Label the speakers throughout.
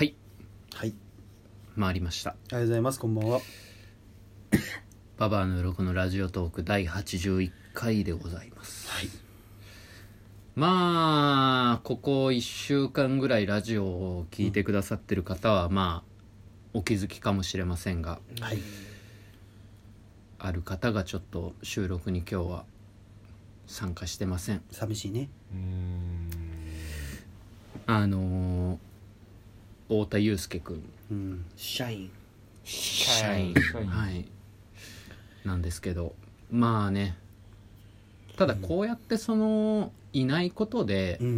Speaker 1: はい
Speaker 2: 回りました
Speaker 1: ありがとうございますこんばんは
Speaker 2: 「ババアの鱗のラジオトーク」第81回でございます
Speaker 1: はい
Speaker 2: まあここ1週間ぐらいラジオを聞いてくださってる方は、まあお気づきかもしれませんが
Speaker 1: はい
Speaker 2: ある方がちょっと収録に今日は参加してません
Speaker 1: 寂しいね
Speaker 3: うーん
Speaker 2: あのー太田祐介君
Speaker 1: うん
Speaker 4: 社員
Speaker 2: 社員
Speaker 3: 社員
Speaker 2: はいなんですけどまあねただこうやってそのいないことで
Speaker 1: うんう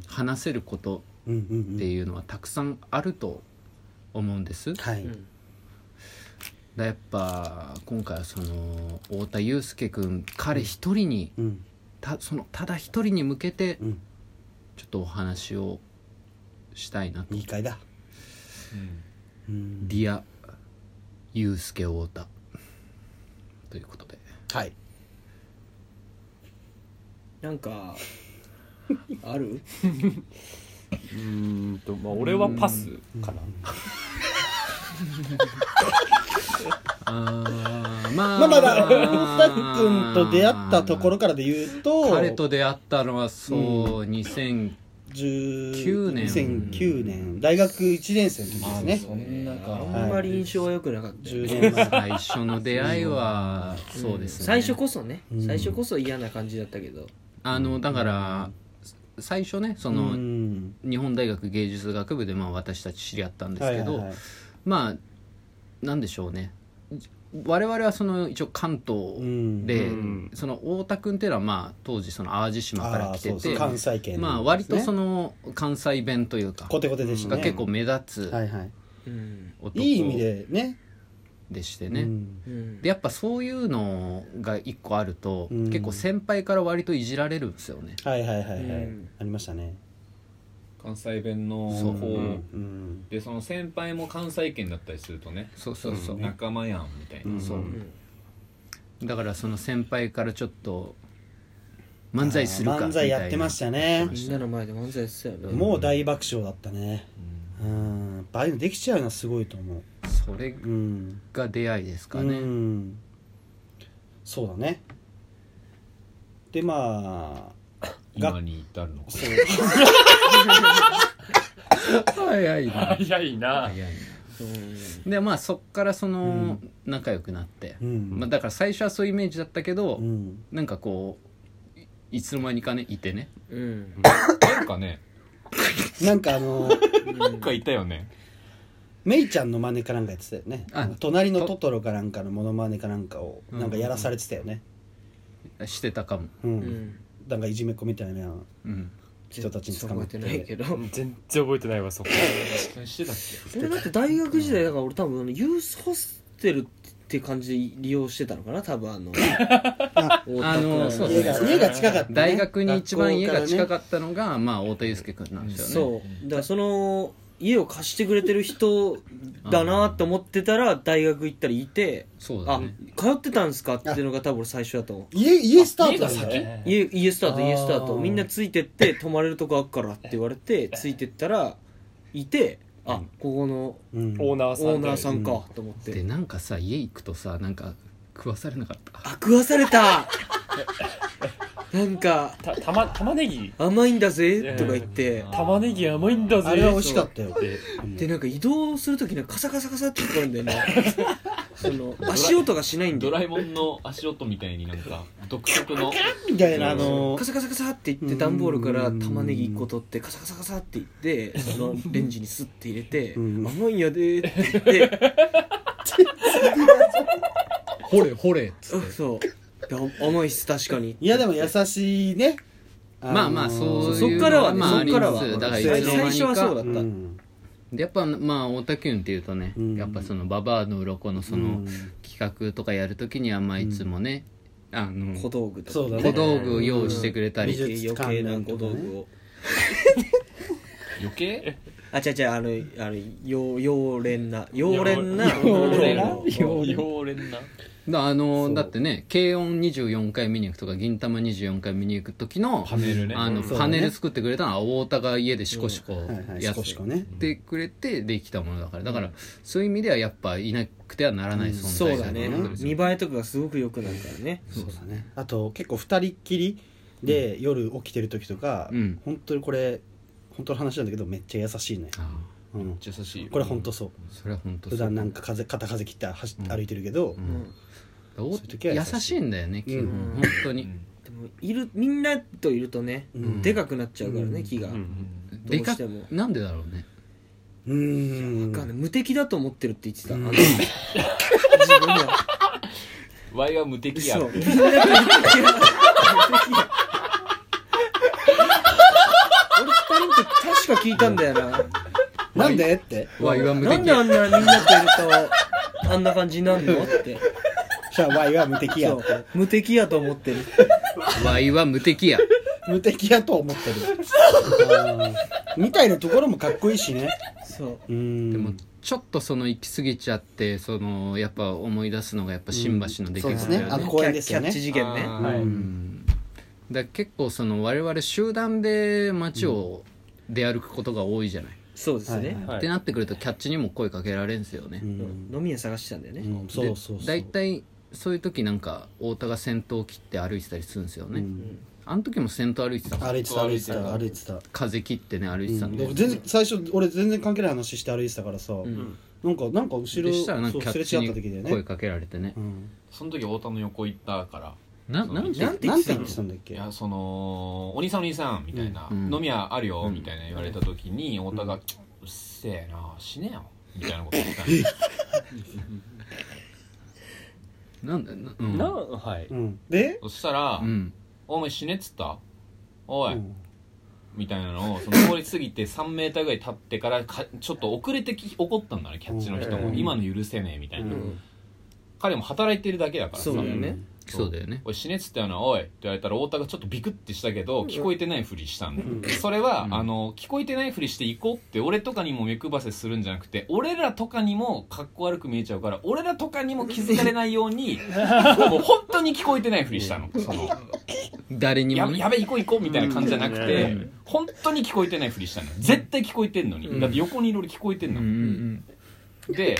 Speaker 1: ん
Speaker 2: 話せること
Speaker 1: うんうんうんうん
Speaker 2: っていうのはたくさんあると思うんです、だか
Speaker 1: はい、
Speaker 4: うん
Speaker 2: らやっぱ今回はその太田祐介君彼一人に
Speaker 1: うん
Speaker 2: たそのただ一人に向けて
Speaker 1: うん
Speaker 2: ちょっとお話をしたいなと
Speaker 1: いい回だ
Speaker 3: うん
Speaker 1: うん
Speaker 2: ディア祐介太田ということで
Speaker 1: はい
Speaker 4: なんかある
Speaker 3: うーんとまあ俺はパスかな
Speaker 2: あーまあ
Speaker 4: まあまだ太田君と出会ったところからで言うと
Speaker 2: 彼と出会ったのはそう、2000
Speaker 1: 19
Speaker 2: 年
Speaker 1: 2009年大学1年生の時ですね
Speaker 3: そんなか
Speaker 4: あんまり印象は良くなかったよね
Speaker 1: 10年前
Speaker 2: 最初の出会いはそうですね
Speaker 4: 最初こそね
Speaker 1: うん
Speaker 4: 最初こそ嫌な感じだったけど
Speaker 2: あのだから最初ねその、
Speaker 1: うん
Speaker 2: 日本大学芸術学部でまあ私たち知り合ったんですけど、
Speaker 1: はいはいはい
Speaker 2: まあなんでしょうね我々はその一応関東
Speaker 1: うん
Speaker 2: で、
Speaker 3: うん
Speaker 2: その太田君っていうのはまあ当時その淡路島から
Speaker 1: あー
Speaker 2: 来て
Speaker 1: そうそう
Speaker 2: て
Speaker 1: 関西圏
Speaker 2: まあ割とそ
Speaker 1: の
Speaker 2: の関西弁というか
Speaker 1: コテコテでした
Speaker 2: が
Speaker 1: ね
Speaker 2: 結構目立つ
Speaker 1: はいはい
Speaker 4: うん
Speaker 2: 男
Speaker 1: いい意味でね
Speaker 2: でしてね、
Speaker 1: うん
Speaker 4: うん
Speaker 2: でやっぱそういうのが一個あると、
Speaker 1: うん
Speaker 2: 結構先輩から割といじられるんですよね
Speaker 1: はいはいはいはい
Speaker 4: うん
Speaker 1: ありましたね
Speaker 3: 関西弁の
Speaker 2: そう
Speaker 3: こ
Speaker 1: う
Speaker 3: うんでその先輩も関西圏だったりするとね
Speaker 2: そうそうそう、
Speaker 3: 仲間やんみたいな
Speaker 1: そう
Speaker 4: うん
Speaker 2: だからその先輩からちょっと漫才するか
Speaker 1: あー漫才やってましたね
Speaker 4: みんなの前で漫才してたよね
Speaker 1: もう大爆笑だったねうんやっぱああいうのできちゃうのはすごいと思
Speaker 2: それ
Speaker 1: ううん
Speaker 2: が出会いですか
Speaker 1: う
Speaker 2: ね
Speaker 1: んそうだねでまあ
Speaker 3: 今に至るのか
Speaker 1: そう
Speaker 2: 早いな
Speaker 3: 早いな
Speaker 2: 早い
Speaker 4: うん
Speaker 2: なでまあそっからその仲良くなって、
Speaker 1: うん
Speaker 2: まあ、だから最初はそういうイメージだったけど、
Speaker 1: うん
Speaker 2: なんかこういいつの間にかねいてね
Speaker 4: うん
Speaker 3: なんかね
Speaker 1: なんか あの
Speaker 3: なんかいたよね
Speaker 1: メイちゃんの真似かなんかやってたよね
Speaker 2: あ
Speaker 1: 隣のトトロかなんかのモノマネかなんかをなんかやらされてたよね
Speaker 2: してたかも、
Speaker 1: う
Speaker 4: うんん
Speaker 1: なんかいじめっ子みたいな
Speaker 2: うん、
Speaker 1: 人たちに捕まって
Speaker 4: 覚えてないけど
Speaker 3: 全然覚えてないわそこしてたっ
Speaker 4: 俺だって大学時代だから俺多分あのユースホステルって感じで利用してたのかな多分あの
Speaker 2: あのそう
Speaker 1: 家
Speaker 2: で
Speaker 1: が
Speaker 2: すね
Speaker 1: 家が近かったね
Speaker 2: 大学に一番家が近
Speaker 1: 学校らね
Speaker 2: かったのが、まあ太田祐介君なんですよね
Speaker 4: そうだからその家を貸してくれてる人だなって思ってたら大学行ったりいて
Speaker 2: そうだ
Speaker 4: あ
Speaker 2: ね
Speaker 4: 通ってたんですかっていうのが多分俺最初だと思う
Speaker 1: 家家スタートなんだね
Speaker 4: 家家スタート
Speaker 1: あー
Speaker 4: 家スタートみんなついてって泊まれるとこあっからって言われてついてったらいてあここの
Speaker 1: うん
Speaker 3: オーナ
Speaker 4: オ
Speaker 3: ーさん
Speaker 4: ーナーさん
Speaker 1: う
Speaker 4: かと思っ
Speaker 2: で
Speaker 4: て
Speaker 2: なんかさ家行くとさなんか食わされなかった
Speaker 4: あ食わされたなんか
Speaker 3: たたま玉ねぎ
Speaker 4: 甘いんだぜとか言って
Speaker 3: 玉ねぎ甘いんだぜ
Speaker 1: あれは美味しかったよ
Speaker 3: で
Speaker 4: でなんか移動するときなんかカサカサカサって聞こえるんだよねその足音がしないんだ
Speaker 3: ド
Speaker 4: よ
Speaker 3: ラえもんの足音みたいになんか独特の
Speaker 1: みたいなあの
Speaker 4: カサカサカサって言って段ボールから玉ねぎ1個取ってカサカサカサって言って そのレンジにスッて入れて「
Speaker 1: うん
Speaker 4: 甘いんやで」って 言って
Speaker 2: ほれほれっ
Speaker 4: 「うんそうであ甘いっす確かに」
Speaker 1: いやでも優しいね
Speaker 2: まあまあそういう
Speaker 4: そっからはね
Speaker 2: まあ
Speaker 4: そっからは
Speaker 2: ありつつだからいつ
Speaker 4: 最
Speaker 2: の間にか
Speaker 4: 最初はそうだ
Speaker 1: う
Speaker 4: っ
Speaker 1: ん
Speaker 4: た
Speaker 2: でやっぱまあ太田キュンっていうとね、
Speaker 1: うん
Speaker 2: やっぱそのババアの鱗のその
Speaker 1: うん
Speaker 2: 企画とかやるときにはまあいつもね、あの
Speaker 4: 小道具とか
Speaker 1: そうだね
Speaker 2: 小道具を用意してくれたり、
Speaker 1: うん美
Speaker 4: 余
Speaker 1: 術
Speaker 4: 計
Speaker 1: 館
Speaker 4: 余計な小道
Speaker 1: なんとか
Speaker 4: 具を
Speaker 3: 余計
Speaker 4: あ違う違うあのあのよう妖艶な妖艶な
Speaker 1: 艶
Speaker 3: 妖艶
Speaker 1: な
Speaker 3: な妖艶な
Speaker 2: だあ
Speaker 1: そ
Speaker 2: の
Speaker 1: う
Speaker 2: だってね軽音24回見に行くとか銀玉24回見に行く時の
Speaker 5: パネルね
Speaker 2: あの
Speaker 1: そう
Speaker 2: パネル作ってくれたのは太田が家でシコシコ
Speaker 1: はいはい
Speaker 2: や
Speaker 1: 少
Speaker 2: っ
Speaker 1: しかね
Speaker 2: てくれてできたものだからだからそういう意味ではやっぱいなくてはならない存
Speaker 4: そう
Speaker 2: 在
Speaker 4: だ
Speaker 2: だ
Speaker 4: ね
Speaker 2: ね
Speaker 4: 見栄えとかがすごく良くなるからね
Speaker 1: そうだねあと結構二人っきりで夜起きてる時とか、
Speaker 2: うん
Speaker 1: 本当にこれ本当の話なんだけどめっちゃ優しいね、
Speaker 2: あ
Speaker 1: うん、
Speaker 5: 優しいよ
Speaker 1: これ本当そう
Speaker 2: あそれは本当
Speaker 1: 普段なんか風肩風切って走っ歩いてるけど、
Speaker 2: うん
Speaker 1: ういう時は優
Speaker 2: 優
Speaker 1: しい
Speaker 2: しいんだよね基本
Speaker 1: うん
Speaker 2: 本当
Speaker 5: う
Speaker 2: に
Speaker 5: ん
Speaker 4: でもいるみんなといるとね、
Speaker 1: うん
Speaker 4: でかくなっちゃうからね、
Speaker 1: うん
Speaker 4: 木が、
Speaker 5: うん
Speaker 2: でか
Speaker 4: どうしても
Speaker 2: なんでだろうね
Speaker 1: うーん
Speaker 4: わかんない無敵だと思ってるって言ってた、
Speaker 1: うん
Speaker 4: あの人自分が
Speaker 5: ワイは無敵や
Speaker 4: そうみんな無敵や無敵や俺二人って確か聞いたんだよな
Speaker 1: なんでって
Speaker 2: わいは無
Speaker 4: なん
Speaker 2: 敵
Speaker 4: で
Speaker 2: や
Speaker 4: あんなみんなといるとあんな感じになるのって
Speaker 1: じゃあ Y は無敵や
Speaker 4: そう無敵やと思ってる
Speaker 2: わいは無敵や
Speaker 1: 無敵やと思ってるあーみたいなところもかっこいいしね
Speaker 4: そう
Speaker 1: うーん
Speaker 2: でもちょっとその行き過ぎちゃってそのやっぱ思い出すのがやっぱ新橋の出来
Speaker 1: そ
Speaker 2: 事
Speaker 1: うです
Speaker 2: だ
Speaker 1: ね
Speaker 2: よ
Speaker 1: あ
Speaker 2: ね
Speaker 1: の公園ですよね
Speaker 4: キャッチ事件ね
Speaker 5: あ
Speaker 1: は
Speaker 5: ー
Speaker 1: い
Speaker 2: うんだから結構その我々集団で街を出歩くことが多いじゃない、
Speaker 4: そうですね、
Speaker 1: はい
Speaker 5: はい
Speaker 2: ってなってくるとキャッチにも声かけられるんですよね、
Speaker 1: う
Speaker 2: で
Speaker 1: ん
Speaker 4: 飲み屋探してたんだよね、
Speaker 1: うんそうそうそう
Speaker 2: 大体そういう時なんか太田が先頭を切って歩いてたりするんですよね、
Speaker 1: うん
Speaker 2: あの時も先頭歩いてたもん
Speaker 1: 歩いてた歩いてた歩いてた
Speaker 2: 風切ってね歩いてた
Speaker 1: うんん
Speaker 2: で、
Speaker 1: 僕全然最初俺全然関係ない話して歩いてたからさ、
Speaker 4: ん
Speaker 1: なんかなんか後ろ
Speaker 2: でしたらなんかキ
Speaker 1: そ
Speaker 2: ャ
Speaker 1: うすれ
Speaker 2: ッチ
Speaker 1: 違った時だよ
Speaker 2: に声
Speaker 1: ね、
Speaker 2: かけられてね
Speaker 1: うん、
Speaker 5: その時太田の横行ったから
Speaker 2: ななんて
Speaker 4: なんて言
Speaker 1: な
Speaker 4: っ
Speaker 1: ん
Speaker 4: て
Speaker 1: て言
Speaker 4: たの
Speaker 1: ってたんだっ
Speaker 5: い
Speaker 1: け
Speaker 5: やその「お兄さんお兄さん」みたいな「
Speaker 2: うん
Speaker 5: 飲み屋あるよ」
Speaker 1: うん
Speaker 5: みたいな言われた時に太田が「うっせえな死ねよ」みたいなこと言ったんです
Speaker 2: なんだな,、う
Speaker 3: うん
Speaker 2: ん
Speaker 3: なはい
Speaker 1: うん、で、
Speaker 5: そしたら
Speaker 2: う
Speaker 5: 「
Speaker 2: ん、
Speaker 5: お前死ね」っつったおい、
Speaker 1: うん
Speaker 5: みたいなのをその通り過ぎて3メーターぐらい経ってからかちょっと遅れてき怒ったんだねキャッチの人
Speaker 1: う
Speaker 5: も、
Speaker 1: ん
Speaker 5: 今の許せねえみたいな、
Speaker 1: うん
Speaker 5: 彼も働いてるだけだからさ
Speaker 4: そうだよね
Speaker 2: そうだよね
Speaker 5: おい死ねっつったよなおいって言われたら太田がちょっとビクってしたけど聞こえてないふりしたんだよ、
Speaker 1: うん
Speaker 5: それは、
Speaker 2: うん
Speaker 5: あの聞こえてないふりして行こうって俺とかにも目配せするんじゃなくて俺らとかにもかっこ悪く見えちゃうから俺らとかにも気づかれないようにもう本当に聞こえてないふりしたのその
Speaker 2: 誰に
Speaker 5: や
Speaker 2: も
Speaker 5: べ
Speaker 2: ね
Speaker 5: やべ行こう行こうみたいな感じじゃなくて、
Speaker 2: うん
Speaker 5: 本当に聞こえてないふりしたの絶対聞こえてんのに、
Speaker 4: うん
Speaker 5: だって横にいろいろ聞こえてん
Speaker 2: うん
Speaker 5: の、
Speaker 2: うん うん
Speaker 5: で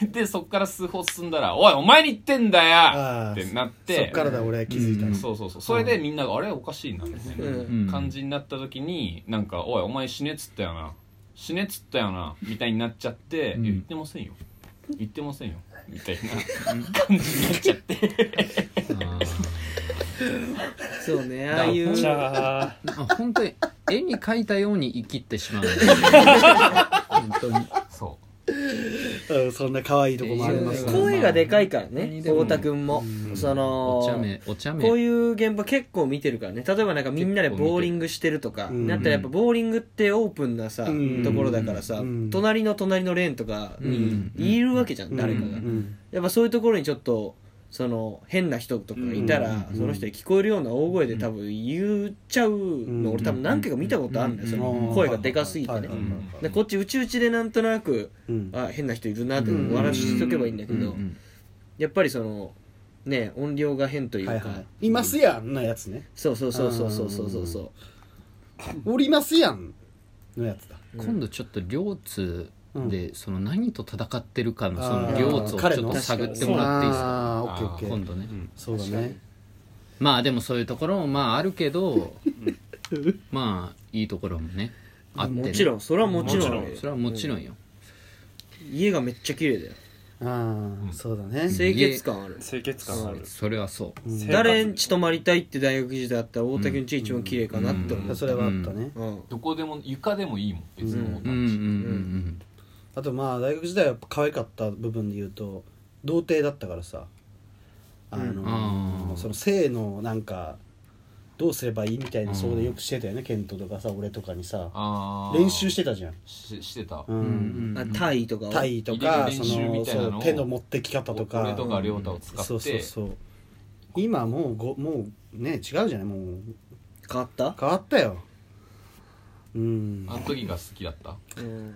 Speaker 5: ででそっから数歩進んだら「おいお前に言ってんだよ!」
Speaker 1: あ
Speaker 5: って
Speaker 1: あ
Speaker 5: なっ
Speaker 1: そってからだ俺気づいたの、
Speaker 2: うん
Speaker 5: そうそうそうそれでみんなが「あれおかしいな」みたい
Speaker 4: うん
Speaker 5: な感じになった時になんか「おいお前死ねっつったよな死ねっつったよな」みたいになっちゃって「
Speaker 2: うん
Speaker 5: いや言ってませんよ言ってませんよ」みたいな感じになっちゃって
Speaker 2: あー
Speaker 4: そうねああいう
Speaker 1: じゃあ
Speaker 2: あ本当に絵に描いたように生きってしまう、ね、本当に
Speaker 5: そ
Speaker 1: うんそんな可愛いとこもあります
Speaker 2: いやいやいや
Speaker 4: 声がでかいからね
Speaker 2: 何でも
Speaker 4: 太田君も
Speaker 1: うん
Speaker 4: その
Speaker 2: お茶目お茶目
Speaker 4: こういう現場結構見てるからね例えばなんかみんなでボーリングしてるとか
Speaker 1: うん
Speaker 4: なったらやっぱボーリングってオープンなさ
Speaker 1: うん
Speaker 4: ところだからさ
Speaker 1: うん
Speaker 4: 隣の隣のレーンとかに
Speaker 2: うん
Speaker 4: いるわけじゃん誰か
Speaker 1: う
Speaker 4: が
Speaker 1: ん
Speaker 4: やっぱそういうところにちょっとその変な人とかいたら
Speaker 1: うん
Speaker 4: その人に聞こえるような大声で多分言っちゃうの
Speaker 1: ん
Speaker 4: 俺多分何回か見たことあるんだよそ
Speaker 1: うん
Speaker 4: の声がでかすぎて
Speaker 1: はい
Speaker 4: ね
Speaker 1: はいはい
Speaker 4: でこっちうちうちでなんとなく
Speaker 1: うん
Speaker 4: あ変な人いるなって終わらしとけばいいんだけ
Speaker 2: うんう
Speaker 4: ど
Speaker 2: ん
Speaker 4: やっぱりそのね音量が変というか、
Speaker 1: はいはいいますやんのやつね
Speaker 4: そうそうそうそうそうそうそうそう
Speaker 1: おりますやんのやつだ
Speaker 2: 今度ちょっと両津でその何と戦ってるかのそ
Speaker 1: あ
Speaker 2: の
Speaker 1: ー
Speaker 2: 両津をちょっ
Speaker 1: 彼の
Speaker 2: と探ってもらっていいですか
Speaker 1: ああオッケーオッケー
Speaker 2: 今度ね
Speaker 1: そうだね
Speaker 2: まあでもそういうところもまああるけどまあいいところもねあってね
Speaker 4: もちろんそれはもちろん
Speaker 2: それはもちろんよ
Speaker 4: 家がめっちゃ綺麗だよ
Speaker 1: ああそうだね
Speaker 4: 清潔感ある
Speaker 3: 清潔感ある
Speaker 2: それはそう
Speaker 1: うん
Speaker 4: 誰んち泊まりたいって大学時代あったら大竹んち一番綺麗かなって思う
Speaker 1: それはあったね
Speaker 4: うん、
Speaker 5: うどこでも床でもいいもん別に思った
Speaker 2: うんうんうん
Speaker 1: あとまあ大学時代はやっぱ可愛かった部分で言うと童貞だったからさあの、
Speaker 2: あー
Speaker 1: その性のなんかどうすればいいみたいな相談よくしてたよね、ケントとかさ俺とかにさ
Speaker 5: あー
Speaker 1: 練習してたじゃん、
Speaker 5: ししてた
Speaker 1: うん
Speaker 2: うんうんうん
Speaker 4: あタイとかを
Speaker 1: 体位とかそ
Speaker 5: 入れる練習
Speaker 1: の
Speaker 5: みたいなのを
Speaker 1: そう手の持ってき方とか
Speaker 5: 俺とか亮太を使って、
Speaker 1: そうそうそう今もうごもうね違うじゃないもう
Speaker 4: 変わった、
Speaker 1: 変わったようん
Speaker 5: あの時が好きだった
Speaker 4: うん、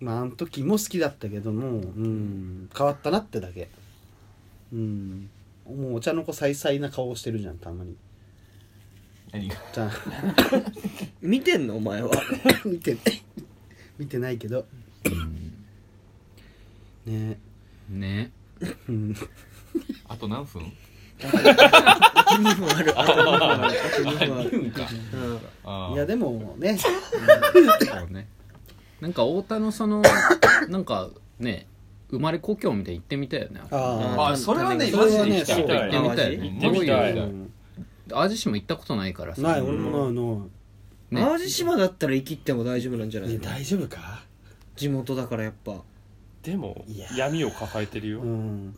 Speaker 1: まああの時も好きだったけどもうん変わったなってだけうんもうお茶の子さいさいな顔してるじゃんたまに
Speaker 5: 何が
Speaker 1: じゃあ
Speaker 4: 見てんのお前は
Speaker 1: 見てない 見てないけどね
Speaker 2: ね
Speaker 1: うん
Speaker 5: あと何分
Speaker 4: あと2分あるあと2分あるあと2分ある
Speaker 5: 分か
Speaker 4: うん
Speaker 5: あー
Speaker 1: いやでもね
Speaker 2: そうねなんか太田のそ のなんかね生まれ故郷みたいに行ってみたいよね
Speaker 1: あ
Speaker 5: あそれはね
Speaker 1: それは
Speaker 5: マジ
Speaker 1: ね
Speaker 5: で行きたい
Speaker 1: そう
Speaker 2: 行ってみたいよ
Speaker 5: 行
Speaker 2: ね
Speaker 5: ってみ
Speaker 2: どう
Speaker 5: た
Speaker 2: い
Speaker 5: いう
Speaker 1: うん
Speaker 2: 淡路島行ったことないからさ
Speaker 1: ない俺もな
Speaker 2: ね
Speaker 4: 淡路島だったら生きっても大丈夫なんじゃない
Speaker 1: ないない
Speaker 4: の
Speaker 1: 大丈夫か
Speaker 4: 地元だからやっぱ
Speaker 3: でも
Speaker 1: いや
Speaker 3: 闇を抱えてるよ、
Speaker 1: うん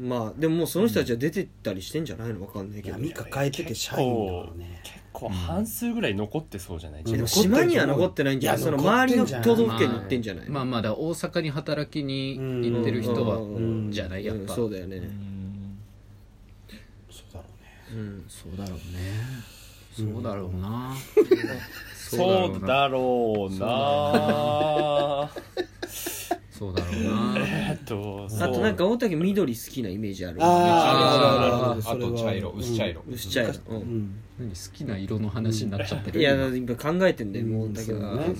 Speaker 4: まあでももうその人たちは出てったりしてんじゃないのわかんないけど
Speaker 1: 闇抱えてて社員だからね
Speaker 3: 結構半数ぐらい残ってそうじゃない、
Speaker 1: うん
Speaker 4: でも島には残ってないんじゃない
Speaker 1: いや
Speaker 4: その周りの
Speaker 1: 残ってん
Speaker 4: 都
Speaker 1: じゃん
Speaker 4: 道府県に行ってんじゃない
Speaker 2: まあまあだから大阪に働きに行ってる人は
Speaker 4: うん
Speaker 1: うん
Speaker 2: じゃないやっ
Speaker 4: うん
Speaker 2: ぱ
Speaker 4: そうだよね
Speaker 5: うん
Speaker 1: そうだろうね
Speaker 4: うん
Speaker 2: そうだろうねそうだろうな
Speaker 3: そうだろうな
Speaker 2: そうだろうな
Speaker 3: えっとそう
Speaker 4: あとなんか大竹緑好きなイメージある
Speaker 1: あー
Speaker 5: あと茶色薄茶色
Speaker 4: 薄茶色
Speaker 1: う
Speaker 4: う
Speaker 1: んん
Speaker 2: 何好きな色の話になっちゃってる
Speaker 4: いやだって今考えてんだよもう大竹
Speaker 1: う
Speaker 4: が
Speaker 1: んそうだね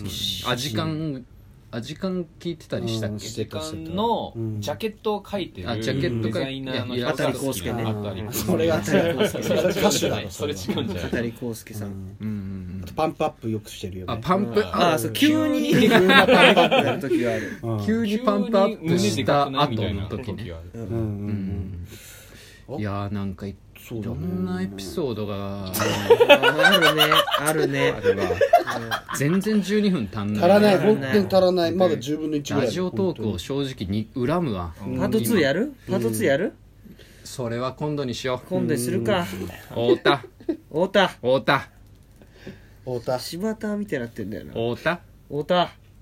Speaker 2: 味感味感聞いてたりしたっ
Speaker 1: うん
Speaker 2: け
Speaker 5: 時間の
Speaker 1: うん
Speaker 5: ジャケットを描いてる
Speaker 2: あジャ
Speaker 1: ケット描い
Speaker 5: デザイナーの
Speaker 2: いや
Speaker 5: 人が好
Speaker 4: い
Speaker 5: き
Speaker 4: や
Speaker 5: な
Speaker 1: あ
Speaker 5: あたり
Speaker 1: ーそれが
Speaker 4: それ
Speaker 1: それは歌手だろ
Speaker 5: それ違うんじゃない
Speaker 4: 片り康介
Speaker 1: う
Speaker 4: さん
Speaker 1: ん
Speaker 2: うんうん
Speaker 1: あとパンプアップよくしてるよ
Speaker 2: うんあ
Speaker 1: ね
Speaker 2: パンプ
Speaker 4: あ
Speaker 2: あ
Speaker 4: あそう急に
Speaker 1: 急に
Speaker 4: 急なパンプアップになる時がある
Speaker 1: うん
Speaker 2: 急にパンプアップした後の時ね
Speaker 5: ね
Speaker 4: う
Speaker 1: うんんうんうん
Speaker 2: いやーなんかい
Speaker 1: そう
Speaker 2: い
Speaker 1: だ
Speaker 2: ろ
Speaker 1: ね
Speaker 2: んなエピソードが
Speaker 4: あるねあるね
Speaker 2: あれは全然12分足んない
Speaker 1: 足らない
Speaker 4: ほん
Speaker 1: 本当に足らないまだ10分の1ぐらい
Speaker 2: ラジオトークを正直に恨むわ
Speaker 4: パート2やるパート2やる
Speaker 2: それは今度にしよう
Speaker 4: 今度にするか
Speaker 2: 太田
Speaker 4: 太田
Speaker 2: 太田
Speaker 1: 太田
Speaker 4: 柴田みたいになってんだよな
Speaker 2: 太田
Speaker 4: 太田